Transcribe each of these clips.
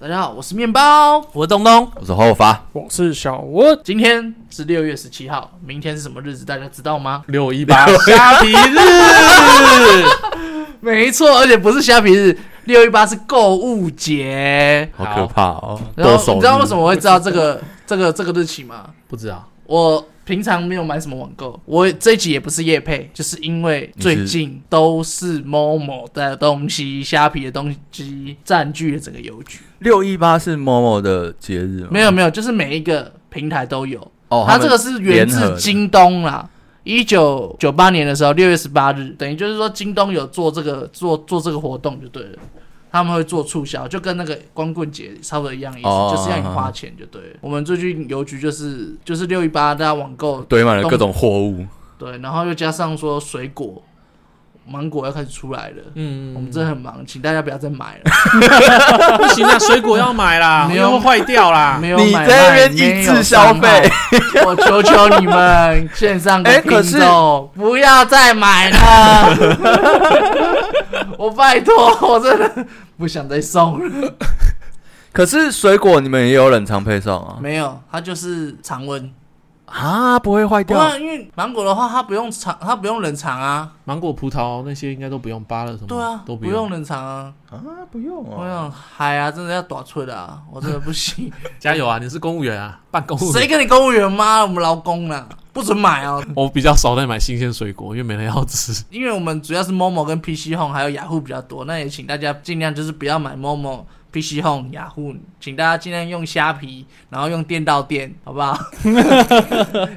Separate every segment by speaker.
Speaker 1: 大家好，我是面包。
Speaker 2: 我是东东，
Speaker 3: 我是侯发，
Speaker 4: 我是小文，
Speaker 1: 今天是六月十七号，明天是什么日子？大家知道吗？
Speaker 2: 六一八虾皮日，
Speaker 1: 没错，而且不是虾皮日，六一八是购物节。
Speaker 3: 好可怕哦！
Speaker 1: 然后
Speaker 3: 剁手
Speaker 1: 你知道
Speaker 3: 日
Speaker 1: 为什么我会知道这个这个这个日期吗？
Speaker 2: 不知道
Speaker 1: 我平常没有买什么网购，我这一集也不是夜配，就是因为最近都是某某的东西、虾皮的东西占据了整个邮局。
Speaker 3: 六一八是某某的节日吗？
Speaker 1: 没有没有，就是每一个平台都有。
Speaker 3: 哦，
Speaker 1: 它
Speaker 3: 们
Speaker 1: 这个是源
Speaker 3: 联
Speaker 1: 自
Speaker 3: 合的
Speaker 1: 京东啦。一九九八年的时候，六月十八日，等于就是说京东有做这个做做这个活动就对了，他们会做促销，就跟那个光棍节差不多一样意思，
Speaker 3: 哦
Speaker 1: 就是让你花钱就对了。我们最近邮局就是就是六一八大家网购
Speaker 3: 堆满了各种货物，
Speaker 1: 对，然后又加上说水果，芒果要开始出来了，
Speaker 2: 嗯
Speaker 1: 我们真的很忙，请大家不要再买了，
Speaker 2: 不行 啊，水果要买啦，
Speaker 1: 没有
Speaker 2: 又会坏掉啦。
Speaker 1: 没有
Speaker 3: 你
Speaker 1: 买
Speaker 3: 在那边
Speaker 1: 卖没
Speaker 3: 抑
Speaker 1: 有
Speaker 3: 制消
Speaker 1: 伤
Speaker 3: 费
Speaker 1: 害 我求求你们线上的
Speaker 3: 哎
Speaker 1: 听
Speaker 3: 可是
Speaker 1: 众不要再买了， 我拜托，我真的不想再送了。
Speaker 3: 可是水果你们也有冷藏配送啊？
Speaker 1: 没有，它就是常温，
Speaker 3: 啊，不会坏
Speaker 1: 不
Speaker 3: 掉
Speaker 1: 然因为芒果的话，它不用藏，它不用冷藏啊，
Speaker 2: 芒果、葡萄那些应该都不用扒了，什么
Speaker 1: 对啊，
Speaker 2: 都
Speaker 1: 不
Speaker 2: 用
Speaker 1: 用。冷藏啊。
Speaker 3: 啊？不用
Speaker 1: 我，想，嗨啊，真的要打出的啊，我真的不 行。
Speaker 2: 加油啊，你是公务员啊，办公务
Speaker 1: 谁
Speaker 2: 员。
Speaker 1: 跟你公务员吗？我们劳工啦，不准买哦，
Speaker 2: 我比较少在买新鲜水果，因为没人要吃。
Speaker 1: 因为我们主要是 Momo 跟 PC Home 还有雅虎比较多，那也请大家尽量就是不要买 Momo、PC Home、雅虎，请大家尽量用虾皮，然后用电到店，好不 好？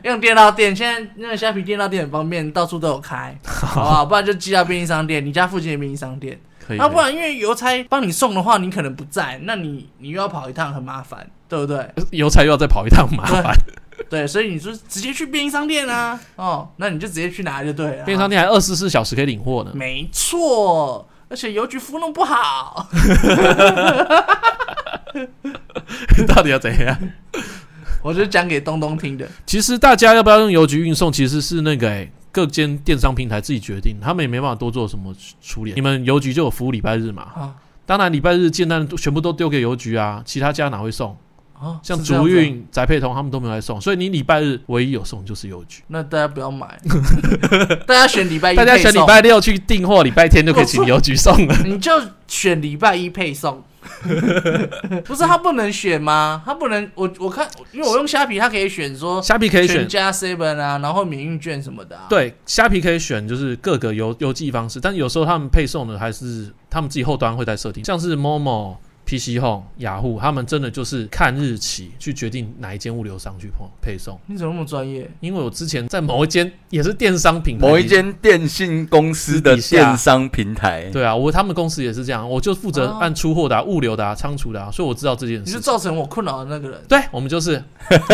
Speaker 1: 用电到店，现在那个虾皮电到店很方便，到处都有开，好不好？不然就寄到便利商店，你家附近的便利商店。啊
Speaker 2: 可以，
Speaker 1: 那不然因为邮差帮你送的话，你可能不在，那你你又要跑一趟，很麻烦，对不对？
Speaker 2: 邮差又要再跑一趟，麻烦。
Speaker 1: 对，所以你就直接去便利商店啊，哦，那你就直接去拿就对了。
Speaker 2: 便利商店还二十四小时可以领货呢。
Speaker 1: 没错，而且邮局服务弄不好，
Speaker 2: 到底要怎样？
Speaker 1: 我就讲给东东听的。
Speaker 2: 其实大家要不要用邮局运送，其实是那个哎、各间电商平台自己决定，他们也没办法多做什么处理。你们邮局就有服务礼拜日嘛，
Speaker 1: 啊
Speaker 2: 当然礼拜日件单都全部都丢给邮局啊，其他家哪会送？
Speaker 1: 啊，
Speaker 2: 像
Speaker 1: 是这样
Speaker 2: 竹
Speaker 1: 子啊，
Speaker 2: 运、宅配通他们都没有来送，所以你礼拜日唯一有送就是邮局。
Speaker 1: 那大家不要 买，大家选礼拜一，
Speaker 2: 大家选礼，拜六去订货，礼拜天就可以请邮局送 了。
Speaker 1: 你就选礼拜一配 送。不是他不能选吗？他不能，我我看，因为我用虾皮，他可以选说
Speaker 2: 虾皮可以选
Speaker 1: 全，家 seven 啊，然后免运券什么的、啊。，
Speaker 2: 对，虾皮可以选就是各个邮邮寄方式，但有时候他们配送的还是他们自己后端会在设定，像是 Momo、PC Home、雅虎，他们真的就是看日期去决定哪一间物流商去碰配送。
Speaker 1: 你怎么那么专业？
Speaker 2: 因为我之前在某一间也是电商品牌，
Speaker 3: 某一间电信公司的电商平台，
Speaker 2: 对啊，我他们公司也是这样，我就负责
Speaker 1: 哦
Speaker 2: 按出货的、啊、物流的、啊、仓储的、啊，所以我知道这件
Speaker 1: 你
Speaker 2: 事
Speaker 1: 是
Speaker 2: 情。
Speaker 1: 造成我困扰的那个人，
Speaker 2: 对，我们就是，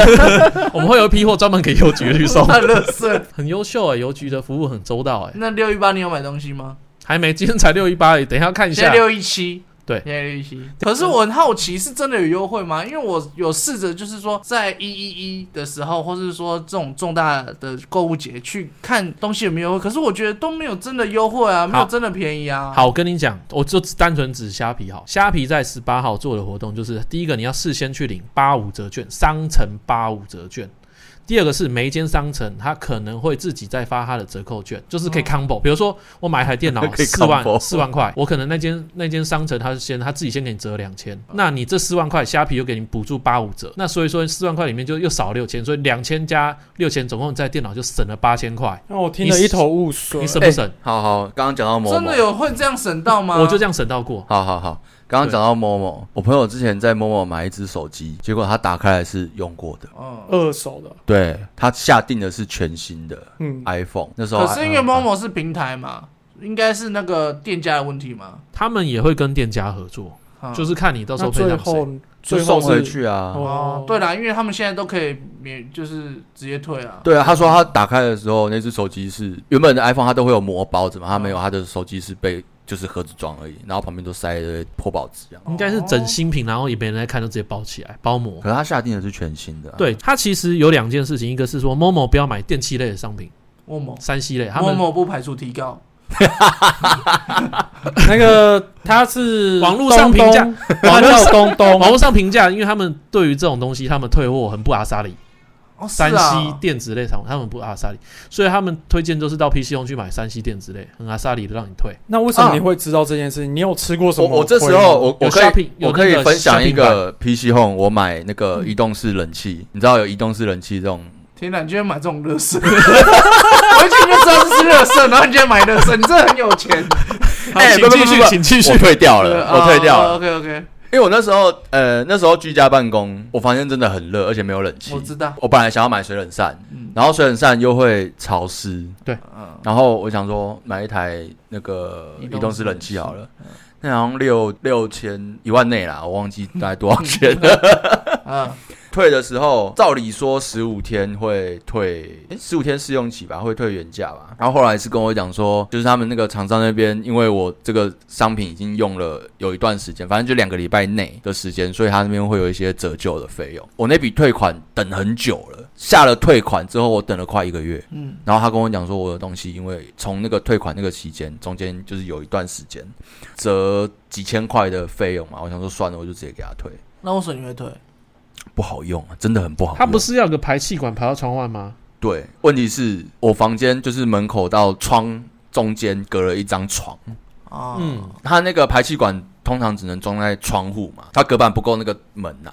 Speaker 2: 我们会有一批货专门给邮局去送，
Speaker 1: 那乐色。
Speaker 2: 很优秀哎、邮局的服务很周到哎、
Speaker 1: 那六一八你有买东西吗？
Speaker 2: 还没，今天才六一八，等一下看一
Speaker 1: 现在
Speaker 2: 下。
Speaker 1: 六一七，
Speaker 2: 对
Speaker 1: 现在六一七。可是我很好奇，是真的有优惠吗？因为我有试着，就是说在一一一的时候，或是说这种重大的购物节去看东西有没有优惠，可是我觉得都没有真的优惠啊，没有真的便宜啊。，
Speaker 2: 好，我跟你讲，我就只单纯指虾皮好。虾皮在十八号做的活动就是，第一个你要事先去领八五折券，商城八五折券。第二个是每一间商城，它可能会自己再发它的折扣券，就是可以 combo、比如说我买一台电脑
Speaker 3: 哦 可以
Speaker 2: 四万
Speaker 3: combo
Speaker 2: 四万块，我可能那间那间商城它是先它自己先给你折两千，那你这四万块虾皮又给你补助八五折，那所以说四万块里面就又少六千，所以两千加六千，总共在电脑就省了八千块。
Speaker 4: 让我听得一头雾水
Speaker 2: 你。省不省？
Speaker 3: 好好，刚刚讲到某
Speaker 1: 真
Speaker 3: 某
Speaker 1: 的，有会这样省到吗？
Speaker 2: 我就这样省到过。
Speaker 3: 好好好，刚刚讲到某某，我朋友之前在某某买一只手机，结果他打开来是用过的，
Speaker 1: 嗯。
Speaker 4: 二手的，
Speaker 3: 对他下定的是全新的
Speaker 4: 嗯，
Speaker 3: iPhone，那时候嗯啊
Speaker 1: 可是因为
Speaker 2: 嗯
Speaker 3: i-
Speaker 1: 某某是平台嘛，应该是那个店家的问题嘛。
Speaker 2: 他们也会跟店家合作，
Speaker 1: 嗯
Speaker 2: 就是看你到时
Speaker 4: 那
Speaker 2: 候配
Speaker 4: 最
Speaker 2: 上谁。
Speaker 4: 后
Speaker 3: 就
Speaker 4: 最
Speaker 3: 送
Speaker 4: 后
Speaker 3: 回
Speaker 4: 是
Speaker 3: 去啊，
Speaker 1: 哦，对啦，因为他们现在都可以免，就是直接退啊。
Speaker 3: 对啊，他说他打开的时候，那只手机是原本的 iPhone，它都会有膜包子嘛，他没
Speaker 2: 嗯
Speaker 3: 有，他的手机是被就是盒子装而已，然后旁边都塞了破保纸啊。
Speaker 2: 应该是
Speaker 1: 哦
Speaker 2: 整新品，然后也没人来看，就直接包起来包膜。
Speaker 3: 可是他下定的是全新的、，啊
Speaker 2: 对，它其实有两件事情，一个是说 Momo 不要买电器类的商品，
Speaker 1: 某某，
Speaker 2: 三 C 类，他
Speaker 1: 某
Speaker 2: 们
Speaker 1: 某不排除提高。
Speaker 4: 那个他是
Speaker 2: 网络上
Speaker 4: 东
Speaker 2: 评价
Speaker 4: 东，他叫东
Speaker 2: 网络
Speaker 4: 东，
Speaker 2: 上评价，因为他们对于这种东西，他们退货很不阿莎里，
Speaker 1: 哦，是
Speaker 2: 山西
Speaker 1: 啊，
Speaker 2: 电子类厂他们不阿莎里，所以他们推荐就是到 PC 用去买山西电子类，很阿莎里的让你退。
Speaker 4: 那为什么你会知道这件事情？你有吃过什
Speaker 3: 我
Speaker 4: 么
Speaker 3: 啊我这时
Speaker 4: 亏吗
Speaker 3: 候我我
Speaker 2: 有
Speaker 3: 可
Speaker 2: shopping-
Speaker 3: 以
Speaker 2: 有
Speaker 3: 我可以
Speaker 2: 那个
Speaker 3: 分享一
Speaker 2: shopping 嗯
Speaker 3: 个 PC Home，我买那个移动式冷气，你知道有移动式冷气这种，
Speaker 1: 天哪，你居然买这种乐 色！我一听就知道这是乐色，然后你居然买乐色，你这很有钱。呃
Speaker 2: 好
Speaker 3: 哎
Speaker 2: 请
Speaker 3: 不不
Speaker 2: 继
Speaker 3: 不
Speaker 2: 续，
Speaker 3: 不
Speaker 2: 请继续啊
Speaker 3: 我。退掉了，我退掉了，
Speaker 1: OK OK，
Speaker 3: 因为我那时候呃那时候居家办公，我房间真的很热，而且没有冷气
Speaker 1: 我。知道。
Speaker 3: 我本来想要买水冷扇，
Speaker 1: 嗯
Speaker 3: 然后水冷扇又会潮湿，
Speaker 1: 嗯，
Speaker 3: 然后我想说买一台那个
Speaker 1: 移
Speaker 3: 移
Speaker 1: 动
Speaker 3: 动
Speaker 1: 式
Speaker 3: 式
Speaker 1: 冷
Speaker 3: 冷气好
Speaker 1: 气
Speaker 3: 了，那好像六六千一万内啦，我忘记大概多少钱了。
Speaker 1: 嗯，
Speaker 3: 退的时候，照理说十五天会退，十五天试用期吧，会退原价吧。然后后来是跟我讲说，就是他们那个厂商那边，因为我这个商品已经用了有一段时间，反正就两个礼拜内的时间，所以他那边会有一些折旧的费用。我那笔退款等很久了，下了退款之后，我等了快一个月。
Speaker 1: 嗯，
Speaker 3: 然后他跟我讲说，我的东西因为从那个退款那个期间，中间就是有一段时间折几千块的费用嘛，我想说算了，我就直接给他退，
Speaker 1: 那为什么你会退？
Speaker 3: 不好用啊，真的很不好用。
Speaker 2: 他不是要有个排气管排到窗外吗？
Speaker 3: 对，问题是我房间就是门口到窗中间隔了一张床，
Speaker 1: 哦，
Speaker 2: 嗯，
Speaker 3: 它那个排气管通常只能装在窗户嘛，它隔板不够那个门呐、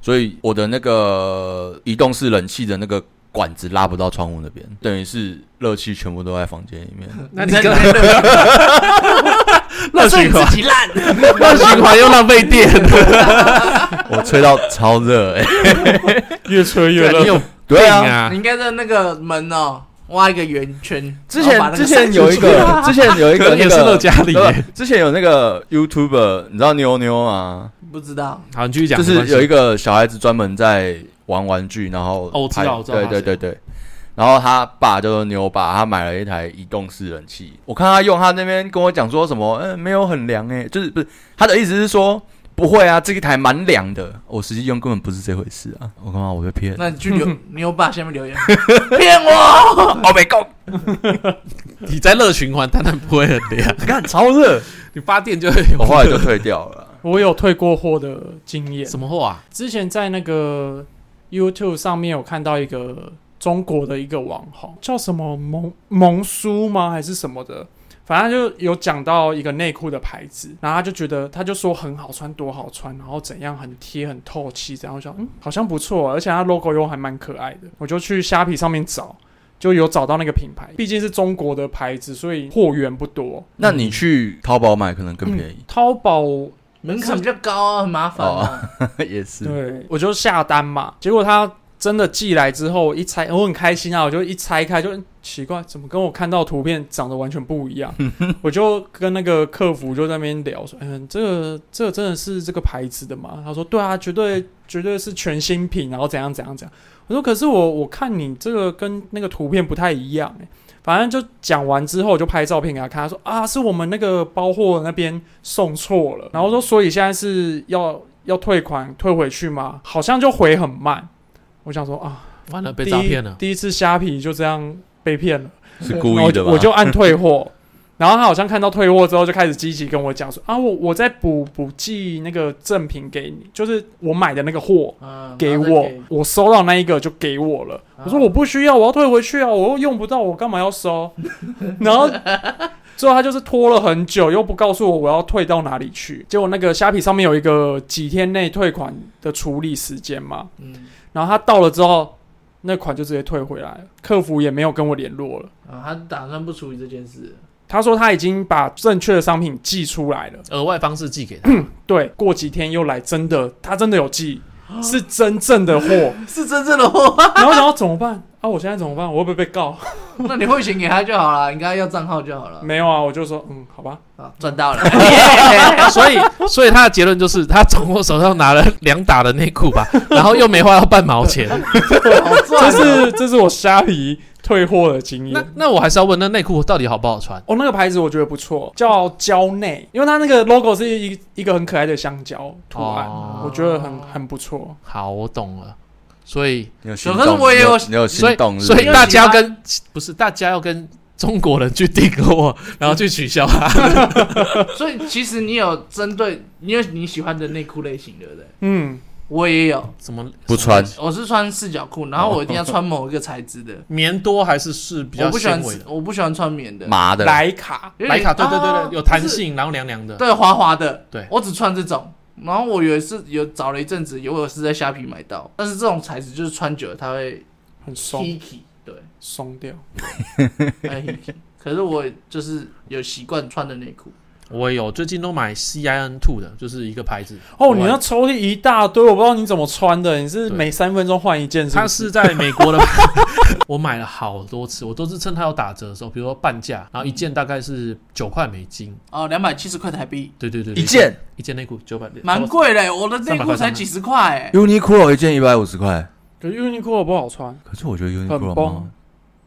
Speaker 3: 所以我的那个移动式冷气的那个管子拉不到窗户那边，等于是热气全部都在房间里面，
Speaker 2: 那你
Speaker 1: 在
Speaker 2: 跟
Speaker 1: 那边乐色乐色你
Speaker 2: 循环
Speaker 1: 自己烂。
Speaker 2: 乱循环又浪费电，
Speaker 3: 我吹到超热哎、
Speaker 4: 越吹越
Speaker 2: 你
Speaker 4: 热。
Speaker 2: 有
Speaker 3: 对
Speaker 2: 病
Speaker 3: 啊，
Speaker 2: 啊
Speaker 1: 你！应该在那个门哦挖一个圆圈，
Speaker 3: 之
Speaker 1: 然后把那
Speaker 3: 前
Speaker 1: 个
Speaker 3: 之前有一个，之前有一
Speaker 2: 可
Speaker 3: 个
Speaker 2: 能
Speaker 3: 那
Speaker 2: 也是乐
Speaker 3: 个。
Speaker 2: 嘉里耶。
Speaker 3: 呃之前有那个 YouTuber，你知道妞妞吗？
Speaker 1: 不知道
Speaker 2: 好，你继续讲。
Speaker 3: 就
Speaker 2: 没关
Speaker 3: 是
Speaker 2: 系
Speaker 3: 有一个小孩子专门在玩玩具，然后
Speaker 2: 哦我知道
Speaker 3: 拍
Speaker 2: 我知道他
Speaker 3: 对
Speaker 2: 是
Speaker 3: 对对对。然后他爸叫做牛爸，他买了一台移动式冷气。我看他用，他那边跟我讲说什么，嗯、没有很凉诶、就是不是他的意思是说不会啊，这一台蛮凉的。我实际用根本不是这回事啊！我干嘛我被骗？
Speaker 1: 那你去留，你有把下面留言骗我？
Speaker 3: 哦，没够，
Speaker 2: 你在热循环，当然不会很 凉，
Speaker 3: 你看超热，
Speaker 2: 你发电就会有
Speaker 3: 我后来就退掉了。
Speaker 4: 我有退过货的经 验，
Speaker 2: 什么货啊？
Speaker 4: 之前在那个 YouTube 上面有看到一个中国的一个网红，叫什么蒙蒙叔吗？还是什么的？反正就有讲到一个内裤的牌子，然后他就觉得，他就说很好穿，多好穿，然后怎样很贴很透气，然后想嗯好像不错、而且它 logo 又还蛮可爱的，我就去虾皮上面找，就有找到那个品牌，毕竟是中国的牌子，所以货源不多。
Speaker 3: 那你去淘宝买可能更便宜，
Speaker 4: 淘宝
Speaker 1: 门槛比较高啊，很麻烦啊。
Speaker 3: 也是。
Speaker 4: 对，我就下单嘛，结果他真的寄来之后，一拆我很开心啊，我就一拆开就嗯奇怪，怎么跟我看到图片长得完全不一样？我就跟那个客服就在那边聊说，嗯，这个这个真的是这个牌子的吗？他说对啊，绝对绝对是全新品，然后怎样怎样怎样。我说可是我我看你这个跟那个图片不太一样、欸反正就讲完之后，我就拍照片给他看。他说啊，是我们那个包货那边送错了。然后说，所以现在是要要退款退回去吗？好像就回很慢。我想说啊，
Speaker 2: 完了，被诈骗了。
Speaker 4: 第一第一次虾皮就这样被骗了，
Speaker 3: 是故
Speaker 4: 然后
Speaker 3: 意
Speaker 4: 我
Speaker 3: 的
Speaker 4: 就
Speaker 3: 吧？
Speaker 4: 我就按退货。 然后他好像看到退货之后，就开始积极跟我讲说啊，我我再补补寄那个赠品给你，就是我买的那个货。
Speaker 1: 嗯
Speaker 4: 给
Speaker 1: 然后
Speaker 4: 我
Speaker 1: 再给，
Speaker 4: 我收到那一个就给我了。
Speaker 1: 啊
Speaker 4: 我说我不需要，我要退回去啊，我又用不到，我干嘛要收？ 然后最后他就是拖了很久，又不告诉我我要退到哪里去。结果那个虾皮上面有一个几天内退款的处理时间嘛，
Speaker 1: 嗯，
Speaker 4: 然后他到了之后，那款就直接退回来了，客服也没有跟我联络了。
Speaker 1: 啊，他打算不处理这件事，
Speaker 4: 他说他已经把正确的商品寄出来了，
Speaker 2: 额外方式寄给他，
Speaker 4: 对，过几天又来，真的，他真的有寄，是真正的货。
Speaker 1: 是真正的货。
Speaker 4: 然后我想要怎么办啊？我现在怎么办？我会不会被告？
Speaker 1: 那你汇钱给他就好了，你跟他要账号就好了。
Speaker 4: 没有啊，我就说嗯，好吧，
Speaker 1: 啊，赚到了，
Speaker 2: 所以所以他的结论就是，他从我手上拿了两打的内 裤吧，然后又没花到半毛钱。
Speaker 1: 好
Speaker 4: 这
Speaker 1: 赚哦。
Speaker 4: 是这是我虾皮退货的经
Speaker 2: 那
Speaker 4: 验。
Speaker 2: 那我还是要问，那内裤到底好不好穿？
Speaker 4: 哦，那个牌子我觉得不错，叫蕉内，因为它那个 logo 是一一个很可爱的香蕉图案，
Speaker 2: 哦
Speaker 4: 我觉得很很不错。
Speaker 2: 好，我懂了。所以
Speaker 3: 你有心
Speaker 1: 可是
Speaker 3: 动
Speaker 1: 我也
Speaker 3: 你
Speaker 1: 有
Speaker 3: 有你有
Speaker 2: 所
Speaker 3: 心
Speaker 2: 以
Speaker 3: 动是不
Speaker 2: 所
Speaker 3: 是，
Speaker 2: 以大家要跟不是大家要跟中国人去订货，然后去取消它。
Speaker 1: 所以其实你有针对，因为你喜欢的内裤类型，对不对？
Speaker 4: 嗯，
Speaker 1: 我也有，
Speaker 2: 什么
Speaker 3: 不穿
Speaker 2: 什么
Speaker 1: 我是穿四角裤，然后我一定要穿某一个材质的，
Speaker 2: 棉多还是是 比
Speaker 1: 我
Speaker 2: 较
Speaker 1: 不喜欢
Speaker 2: 纤维的，
Speaker 1: 我不喜欢穿棉的，
Speaker 3: 麻的，
Speaker 4: 莱卡
Speaker 1: 有点
Speaker 2: 莱卡对对对
Speaker 1: 啊
Speaker 2: 对，有弹
Speaker 1: 就是
Speaker 2: 性，然后凉凉的。
Speaker 1: 对，滑滑的。
Speaker 2: 对
Speaker 1: 我只穿这种。然后我有一次有找了一阵子，有我是在虾皮买到，但是这种材质就是穿久了它会
Speaker 4: 很松
Speaker 1: hiki，对，
Speaker 4: 松掉，
Speaker 1: 会 hiki。可是我就是有习惯穿的内裤，
Speaker 2: 我有最近都买 CIN Two 的，就是一个牌子。
Speaker 4: 哦，你那抽屉一大堆，我不知道你怎么穿的，你是
Speaker 2: 对
Speaker 4: 每三分钟换一件是
Speaker 2: 它
Speaker 4: 不是？
Speaker 2: 是在美国的， 我买了好多次，我都是趁它有打折的时候，比如说半价，然后一件大概是九块美金。
Speaker 1: 哦，两百七十块台币，
Speaker 2: 对对对，
Speaker 3: 一件
Speaker 2: 一件内裤九百，
Speaker 1: 蛮贵的，欸我的内裤才
Speaker 2: 300
Speaker 1: 几十块哎。
Speaker 3: Uniqlo 一件一百五十块，
Speaker 4: 可是 Uniqlo 不好穿，
Speaker 3: 可是我觉得
Speaker 4: 很
Speaker 3: Uniqlo 蛮好
Speaker 4: 崩，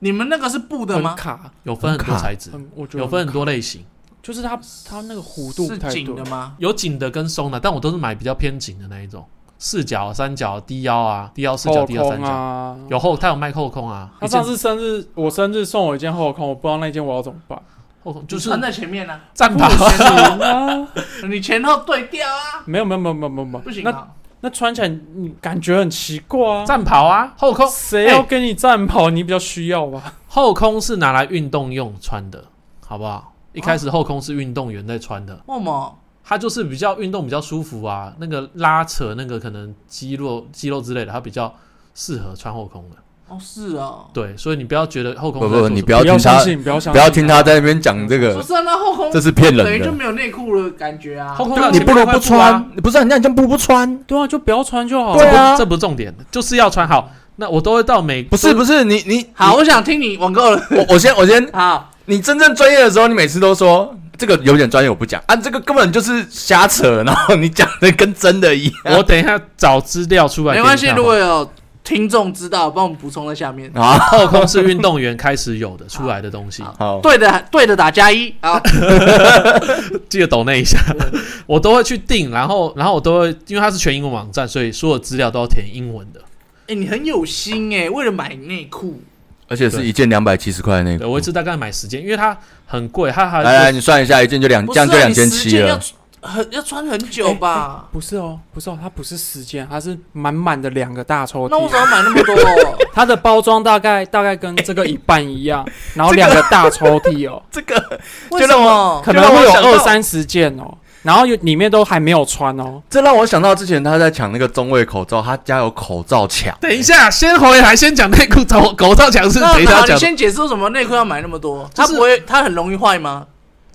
Speaker 1: 你们那个是布的
Speaker 4: 很
Speaker 1: 吗？
Speaker 4: 卡，
Speaker 2: 有分很多
Speaker 3: 很卡
Speaker 2: 材质，
Speaker 4: 很我觉得
Speaker 2: 有分
Speaker 4: 卡
Speaker 2: 很，多类型，
Speaker 4: 就是它它那个弧度不
Speaker 1: 是
Speaker 4: 太
Speaker 1: 紧的
Speaker 4: 对，
Speaker 1: 吗？
Speaker 2: 有紧的跟松的，但我都是买比较偏紧的那一种，四角、三角、低腰啊，低腰四角、
Speaker 4: 后
Speaker 2: 低腰三
Speaker 4: 空
Speaker 2: 角，
Speaker 4: 啊。
Speaker 2: 有后它有卖后空啊，
Speaker 4: 他
Speaker 2: 一件
Speaker 4: 上次生日，我生日送我一件后空，我不知道那件我要怎么办。
Speaker 2: 后空就是
Speaker 1: 穿在前面啊 呢，
Speaker 2: 战袍，
Speaker 4: 行啊，
Speaker 1: 你前后对调啊，
Speaker 4: 没有没有没有没有没有没有，
Speaker 1: 不行
Speaker 4: 那
Speaker 1: 啊。
Speaker 4: 那穿起来你感觉很奇怪啊。
Speaker 2: 战袍啊，后空
Speaker 4: 谁
Speaker 2: 哎
Speaker 4: 要跟你战袍？你比较需要吧？
Speaker 2: 后空是拿来运动用穿的，好不
Speaker 1: 哦
Speaker 2: 好？一开始后空是运动员在穿的，
Speaker 1: 为什么？
Speaker 2: 它就是比较运动比较舒服啊，那个拉扯那个可能肌肉肌肉之类的，它比较适合穿后空的。
Speaker 1: 哦，是哦。
Speaker 2: 对，所以你不要觉得后空
Speaker 3: 不
Speaker 2: 在做
Speaker 3: 不，
Speaker 2: 什么
Speaker 3: 你不要
Speaker 4: 要
Speaker 3: 听
Speaker 4: 相
Speaker 3: 他，
Speaker 4: 信，不要相信，
Speaker 3: 不要听他在那边讲这
Speaker 1: 不
Speaker 3: 个，
Speaker 1: 是啊，那后空
Speaker 3: 这是骗
Speaker 1: 等于
Speaker 3: 人
Speaker 1: 就
Speaker 3: 的。
Speaker 1: 没有内裤的感觉啊
Speaker 2: 后。空
Speaker 3: 就
Speaker 2: 到
Speaker 3: 你
Speaker 2: 前
Speaker 3: 不
Speaker 2: 面
Speaker 3: 如
Speaker 2: 那
Speaker 3: 不
Speaker 2: 块布啊
Speaker 3: 穿，不是啊你那你这样不不穿？
Speaker 4: 对啊，就不要穿就好。
Speaker 3: 对啊
Speaker 2: 这不重点，就是要穿好。那我都会到美，
Speaker 3: 不是不是，你你
Speaker 1: 好，，我想听你网购了。
Speaker 3: 你我我先我先，
Speaker 1: 好，
Speaker 3: 你真正专业的时候，你每次都说这个有点专业，我不讲啊，这个根本就是瞎扯，然后你讲的跟真的一样。
Speaker 2: 我等一下找资料出来给
Speaker 1: 没
Speaker 2: 你看好不好。
Speaker 1: 关系，如果有听众知道，帮我们补充在下面。
Speaker 3: 啊，
Speaker 2: 后空是运动员开始有的出来的东 西，
Speaker 1: 好
Speaker 3: 好，
Speaker 1: 对的，对的，打加一 啊。
Speaker 2: 记得抖那一下。我都会去订，然后然后我都会，因为它是全英文网站，所以所有资料都要填英文的。
Speaker 1: 哎，你很有心哎，为了买内裤，
Speaker 3: 而且是一件两百七十块的那
Speaker 2: 对，我一
Speaker 3: 个。
Speaker 2: 次大概买十件，因为它很贵，它还
Speaker 3: 来来，你算一下，一件就两，
Speaker 1: 不
Speaker 3: 这
Speaker 1: 是啊
Speaker 3: 样就两
Speaker 1: 你
Speaker 3: 千
Speaker 1: 时
Speaker 3: 七
Speaker 1: 间
Speaker 3: 了。
Speaker 1: 要很要穿很久吧？
Speaker 4: 不是哦，不是哦，它不是十件，它是满满的两个大抽
Speaker 1: 那为什
Speaker 4: 屉。
Speaker 1: 么买那么多？
Speaker 4: 它的包装大概大概跟这个一半一样，然后两个大抽屉哦，
Speaker 3: 这个
Speaker 1: 为什么？
Speaker 4: 可能会
Speaker 3: 就
Speaker 4: 有
Speaker 3: 让我想到
Speaker 4: 二三十件哦，然后有里面都还没有穿哦。
Speaker 3: 这让我想到之前他在抢那个中卫口罩，他家有口罩墙。
Speaker 2: 等一下，先回来，先讲内裤走狗罩墙是
Speaker 1: 那
Speaker 2: 谁要
Speaker 1: 那你
Speaker 2: 讲的？
Speaker 1: 先解释为什么内裤要买那么多？
Speaker 2: 就
Speaker 1: 它
Speaker 2: 是
Speaker 1: 不会，它很容易坏吗？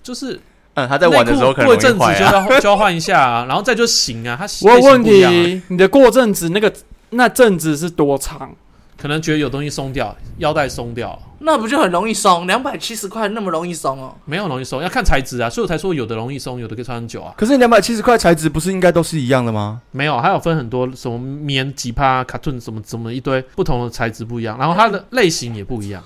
Speaker 2: 就是
Speaker 3: 嗯，他在
Speaker 2: 内
Speaker 3: 玩的时候
Speaker 2: 裤
Speaker 3: 可
Speaker 2: 过
Speaker 3: 能
Speaker 2: 一
Speaker 3: 容
Speaker 2: 阵
Speaker 3: 易
Speaker 2: 子
Speaker 3: 坏
Speaker 2: 就
Speaker 3: 啊。
Speaker 2: 要就要换一下啊， 然后再就行啊。它
Speaker 4: 我有问
Speaker 2: 类型不一样啊
Speaker 4: 题，你的过阵子那个那阵子是多长？
Speaker 2: 可能觉得有东西松掉，腰带松掉，
Speaker 1: 那不就很容易松？两百七十块那么容易松哦？
Speaker 2: 没有容易松，要看材质啊。所以我才说有的容易松，有的可以穿很久啊。
Speaker 3: 可是两百七十块材质不是应该都是一样的吗？
Speaker 2: 没有，啊还有分很多什么棉、吉帕、卡顿什么什么一堆不同的材质不一样，然后它的类型也不一样。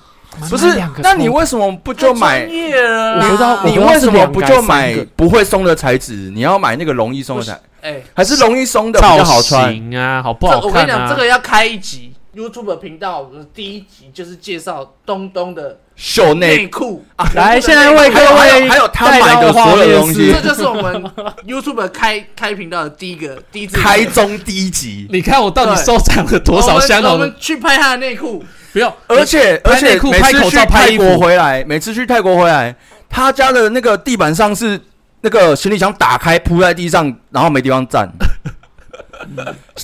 Speaker 3: 不是
Speaker 4: 满满两个，
Speaker 3: 那你
Speaker 4: 抽屉
Speaker 3: 为什么不就
Speaker 1: 太
Speaker 3: 买
Speaker 1: 专？业了啦，
Speaker 4: 我不知
Speaker 2: 啊
Speaker 4: 道
Speaker 3: 你为什么不就买不会松的材质？你要买那个容易松的材，
Speaker 1: 哎，
Speaker 3: 还是容易松的比
Speaker 2: 造
Speaker 3: 较好穿？
Speaker 2: 型啊，好不
Speaker 1: 这
Speaker 2: 好
Speaker 1: 我跟你
Speaker 2: 看
Speaker 1: 讲，
Speaker 2: 啊？
Speaker 1: 这个要开一集 YouTube 频道，我们第一集就是介绍东东的
Speaker 3: 秀
Speaker 1: 内
Speaker 3: 内
Speaker 1: 裤。
Speaker 4: 来，现在为各
Speaker 3: 还有还有
Speaker 4: 位
Speaker 3: 还有他买的所有东 西
Speaker 1: 这，就是我们 YouTube 开开频道的第一个第一次
Speaker 3: 开中低级，
Speaker 2: 你看我到底收藏了多少箱
Speaker 1: 我
Speaker 2: 哦
Speaker 1: 们？我们去拍他的内裤，
Speaker 2: 不要，
Speaker 3: 而且而
Speaker 2: 拍
Speaker 3: 且
Speaker 2: 内裤
Speaker 3: 每
Speaker 2: 拍
Speaker 3: 次
Speaker 2: 口
Speaker 3: 去
Speaker 2: 罩拍
Speaker 3: 泰
Speaker 2: 衣服
Speaker 3: 国回来，每次去泰国回来，他家的那个地板上是那个行李箱打开铺在地上，然后没地方 站。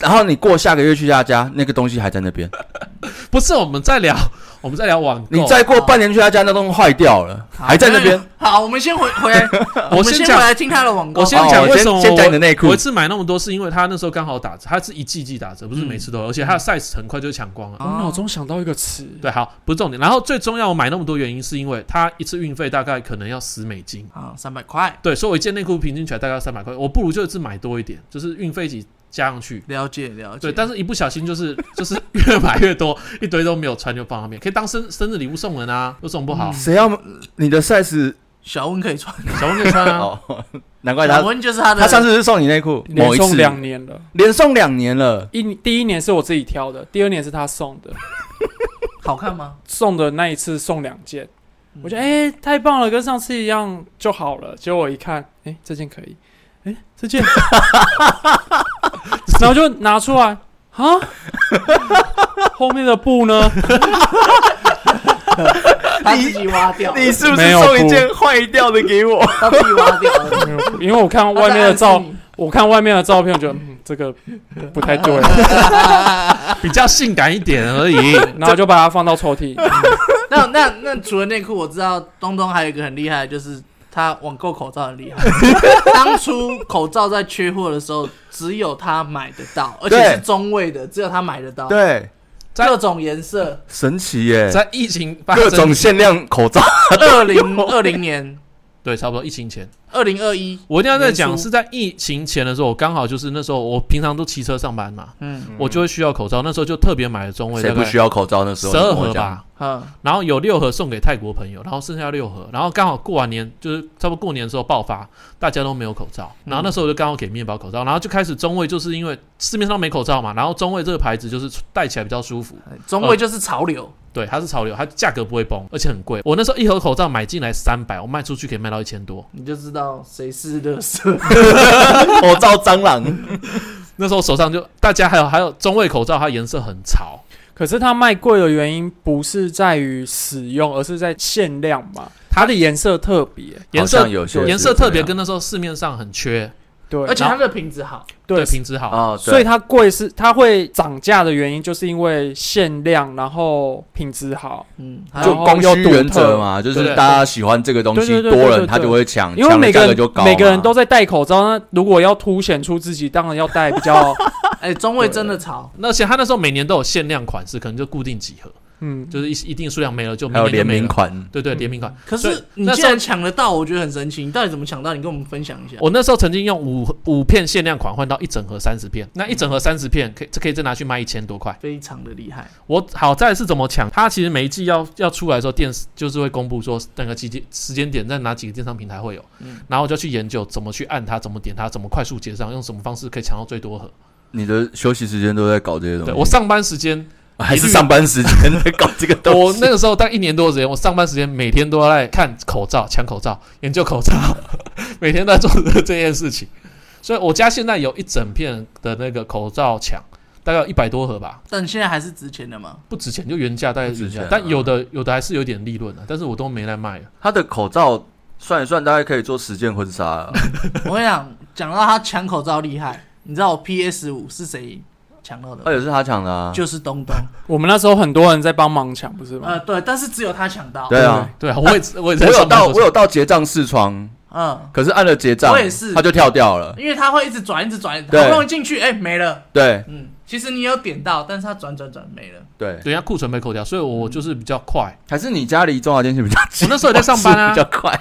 Speaker 3: 然后你过下个月去他家，那个东西还在那边。
Speaker 2: 哦不是我们在聊，我们在聊网购。
Speaker 3: 你再过半年去他家，那东西坏掉了，
Speaker 1: 好
Speaker 3: 还在那边。。
Speaker 1: 好，我们先回回来，啊我
Speaker 2: 我
Speaker 1: 们
Speaker 2: 先
Speaker 1: 先回
Speaker 2: 讲，
Speaker 1: 来听他的网购。
Speaker 2: 我先
Speaker 3: 哦
Speaker 2: 讲
Speaker 3: 我
Speaker 2: 为
Speaker 3: 先
Speaker 2: 什么
Speaker 3: 先讲你
Speaker 2: 我
Speaker 3: 的内裤
Speaker 2: 我一次买那么多，是因为它那时候刚好打折，它是一季季打折，不是每
Speaker 3: 嗯
Speaker 2: 次都有，而且它的 size 很快就抢光了。
Speaker 4: 我脑中想到一个词，
Speaker 2: 对，好，不是重点。然后最重要，我买那么多原因是因为它一次运费大概可能要十美金，
Speaker 1: 啊，三百块，
Speaker 2: 对，所以我一件内裤平均起来大概要三百块，我不如就一次买多一点，就是运费一起加上去。
Speaker 1: 了解了解。
Speaker 2: 对，但是一不小心就是 就是越买越多，一堆都没有穿就放那边，可以当生生日礼物送人啊，又送不好，
Speaker 3: 谁要你的 size？
Speaker 1: 小温可以穿，
Speaker 2: 小文就穿啊。
Speaker 3: 哦，难怪
Speaker 1: 小
Speaker 3: 他
Speaker 1: 温就是他的。
Speaker 3: 他上次是送你内裤，
Speaker 4: 连
Speaker 3: 某一
Speaker 4: 送
Speaker 3: 次
Speaker 4: 两年了。
Speaker 3: 连送两年了。
Speaker 4: 一第一年是我自己挑的，第二年是他送的，
Speaker 1: 好看吗？
Speaker 4: 送的那一次送两件，我觉得哎、太棒了，跟上次一样就好了。结果我一看，哎、这件可以，哎、这件， 然后就拿出来 啊，后面的布呢？
Speaker 1: 他自己挖掉了，
Speaker 3: 你是不
Speaker 4: 没
Speaker 3: 是
Speaker 4: 有
Speaker 3: 送一
Speaker 4: 布
Speaker 3: 件坏掉的给我？
Speaker 1: 他自己挖掉 了。
Speaker 4: 没有布因为我看
Speaker 1: 他在
Speaker 4: 外面的
Speaker 1: 暗示
Speaker 4: 照，
Speaker 1: 你
Speaker 4: 我看外面的照片， 我觉得、嗯、这个不太 对，
Speaker 3: 嗯
Speaker 2: 比较性感一点而已。
Speaker 4: 然后就把它放到抽屉。
Speaker 1: 那那那除了内裤，我知道东东还有一个很厉害的，就是他网购口罩很 厉害。当初口罩在缺货的时候，只有他买得到，而且
Speaker 3: 对
Speaker 1: 是中位的，只有他买得到。，
Speaker 3: 对，
Speaker 1: 各种颜色。
Speaker 3: 神奇耶！
Speaker 2: 在疫情发
Speaker 3: 各
Speaker 2: 生
Speaker 3: 种限量口罩，
Speaker 1: 二零二零年、
Speaker 2: 对，差不多疫情前，
Speaker 1: 二零二一，
Speaker 2: 我一定要在讲
Speaker 1: 年初
Speaker 2: 是在疫情前的时候，我刚好就是那时候我平常都骑车上班嘛，
Speaker 1: 嗯
Speaker 2: 我就会需要口罩，那时候就特别买了中卫，
Speaker 3: 谁
Speaker 2: 大
Speaker 3: 不
Speaker 2: 概
Speaker 3: 需要口罩？那时候
Speaker 2: 十二
Speaker 3: 你跟我
Speaker 2: 盒
Speaker 3: 讲
Speaker 2: 吧，
Speaker 1: 嗯，
Speaker 2: 然后有六盒送给泰国朋友，然后剩下六盒，然后刚好过完年，就是差不多过年的时候爆发，大家都没有口罩，
Speaker 3: 嗯
Speaker 2: 然后那时候我就刚好给面包口罩，然后就开始中卫，就是因为市面上没口罩嘛，然后中卫这个牌子就是戴起来比较舒
Speaker 3: 嗯
Speaker 2: 服，
Speaker 1: 中位就是潮流。
Speaker 2: 对，它是潮流，它价格不会崩，而且很贵。我那时候一盒口罩买进来三百，我卖出去可以卖到一千多，
Speaker 1: 你就知道谁是乐色，
Speaker 3: 口罩蟑螂，
Speaker 2: 那时候手上就大家还有还有中卫口罩，它颜色很潮，
Speaker 4: 可是它卖贵的原因不是在于使用，而是在限量嘛。它的颜色特别，
Speaker 2: 颜
Speaker 3: 好
Speaker 2: 色
Speaker 3: 像有些是
Speaker 2: 颜色特别
Speaker 3: 这样
Speaker 2: 跟那时候市面上很缺，
Speaker 4: 对，
Speaker 1: 而且它的品质好。
Speaker 4: 对，
Speaker 2: 品质好。
Speaker 3: 哦，对
Speaker 4: 所以它贵是它会涨价的原因，就是因为限量，然后品质好。
Speaker 1: 嗯，
Speaker 3: 就
Speaker 4: 然后
Speaker 3: 供
Speaker 4: 又
Speaker 3: 需
Speaker 4: 独
Speaker 3: 原则
Speaker 4: 特
Speaker 3: 嘛，就
Speaker 2: 对
Speaker 3: 是
Speaker 2: 对
Speaker 3: 大家喜欢这个东西，
Speaker 4: 对对对
Speaker 3: 多
Speaker 4: 对
Speaker 3: 人
Speaker 4: 对
Speaker 3: 他就会抢，
Speaker 4: 因为
Speaker 3: 抢
Speaker 4: 每
Speaker 3: 的嗯价格
Speaker 4: 个人
Speaker 3: 就高嘛，
Speaker 4: 每个人都在戴口罩，那如果要凸显出自己，当然要戴 比较
Speaker 1: 哎，中位真的潮，
Speaker 2: 那而且它那时候每年都有限量款式，可能就固定几盒，
Speaker 4: 嗯，
Speaker 2: 就是一一定数量没了就
Speaker 3: 还
Speaker 2: 明
Speaker 3: 有
Speaker 2: 年就
Speaker 3: 联
Speaker 2: 没
Speaker 3: 名
Speaker 2: 了。
Speaker 3: 款，嗯
Speaker 2: 对对，联名款。
Speaker 1: 可
Speaker 2: 所
Speaker 1: 是
Speaker 2: 以
Speaker 1: 你
Speaker 2: 那
Speaker 1: 既
Speaker 2: 时候
Speaker 1: 然抢得到，我觉得很神奇。你到底怎么抢到？你跟我们分享一下。
Speaker 2: 我那时候曾经用五五片限量款换到一整盒三十片，那一整盒三十片可以可以再拿去卖一千多块。
Speaker 1: 非常的厉害，
Speaker 2: 我好在是怎么抢？它其实每一季要要出来的时候，电视就是会公布说那个几点时间点在哪几个电商平台会有，
Speaker 1: 嗯
Speaker 2: 然后我就去研究怎么去按它，怎么点它，怎么快速结账，用什么方式可以抢到最多盒。
Speaker 3: 你的休息时间都在搞这些东西。
Speaker 2: 对我上班时间，
Speaker 3: 还是上班时间在搞这个东
Speaker 2: 我
Speaker 3: 西。
Speaker 2: 那个时候当一年多的时间，我上班时间每天都在看口罩、抢口罩、研究口罩， 每天都在做这件事情。所以我家现在有一整片的那个口罩抢，大概一百多盒吧，
Speaker 1: 但现在还是值钱的嘛？
Speaker 2: 不值钱，就原价大概
Speaker 3: 不值
Speaker 2: 原价
Speaker 3: 钱，啊
Speaker 2: 但有的有的还是有点利润的，但是我都没来卖了。
Speaker 3: 他的口罩算一算，大概可以做十件婚纱啊了。
Speaker 1: 我跟你讲，讲到他抢口罩厉害，你知道我 PS 五是谁抢到的吗？
Speaker 3: 而且是他抢的啊，
Speaker 1: 就是东东。
Speaker 4: 我们那时候很多人在帮忙抢，不是吗？
Speaker 1: 呃，对，但是只有他抢到。
Speaker 3: 对啊，
Speaker 2: 对啊，我也我也
Speaker 3: 我
Speaker 2: 在
Speaker 3: 有
Speaker 2: 上班
Speaker 3: 到
Speaker 2: 的
Speaker 3: 我
Speaker 2: 时候
Speaker 3: 有到结账视窗，
Speaker 1: 嗯，
Speaker 3: 可是按了结账，
Speaker 1: 我也是
Speaker 3: 他就跳掉了。
Speaker 1: 因为他会一直转，一直转，好
Speaker 3: 对
Speaker 1: 不容易进去，哎，没了。
Speaker 3: 对
Speaker 1: 嗯，其实你有点到，但是他转转转没了。
Speaker 3: 对，
Speaker 2: 等一下库存被扣掉，所以
Speaker 3: 嗯
Speaker 2: 我就是比较快。
Speaker 3: 还是你家离中华电信比较近，
Speaker 2: 我那时候也在上班 啊
Speaker 3: 比较快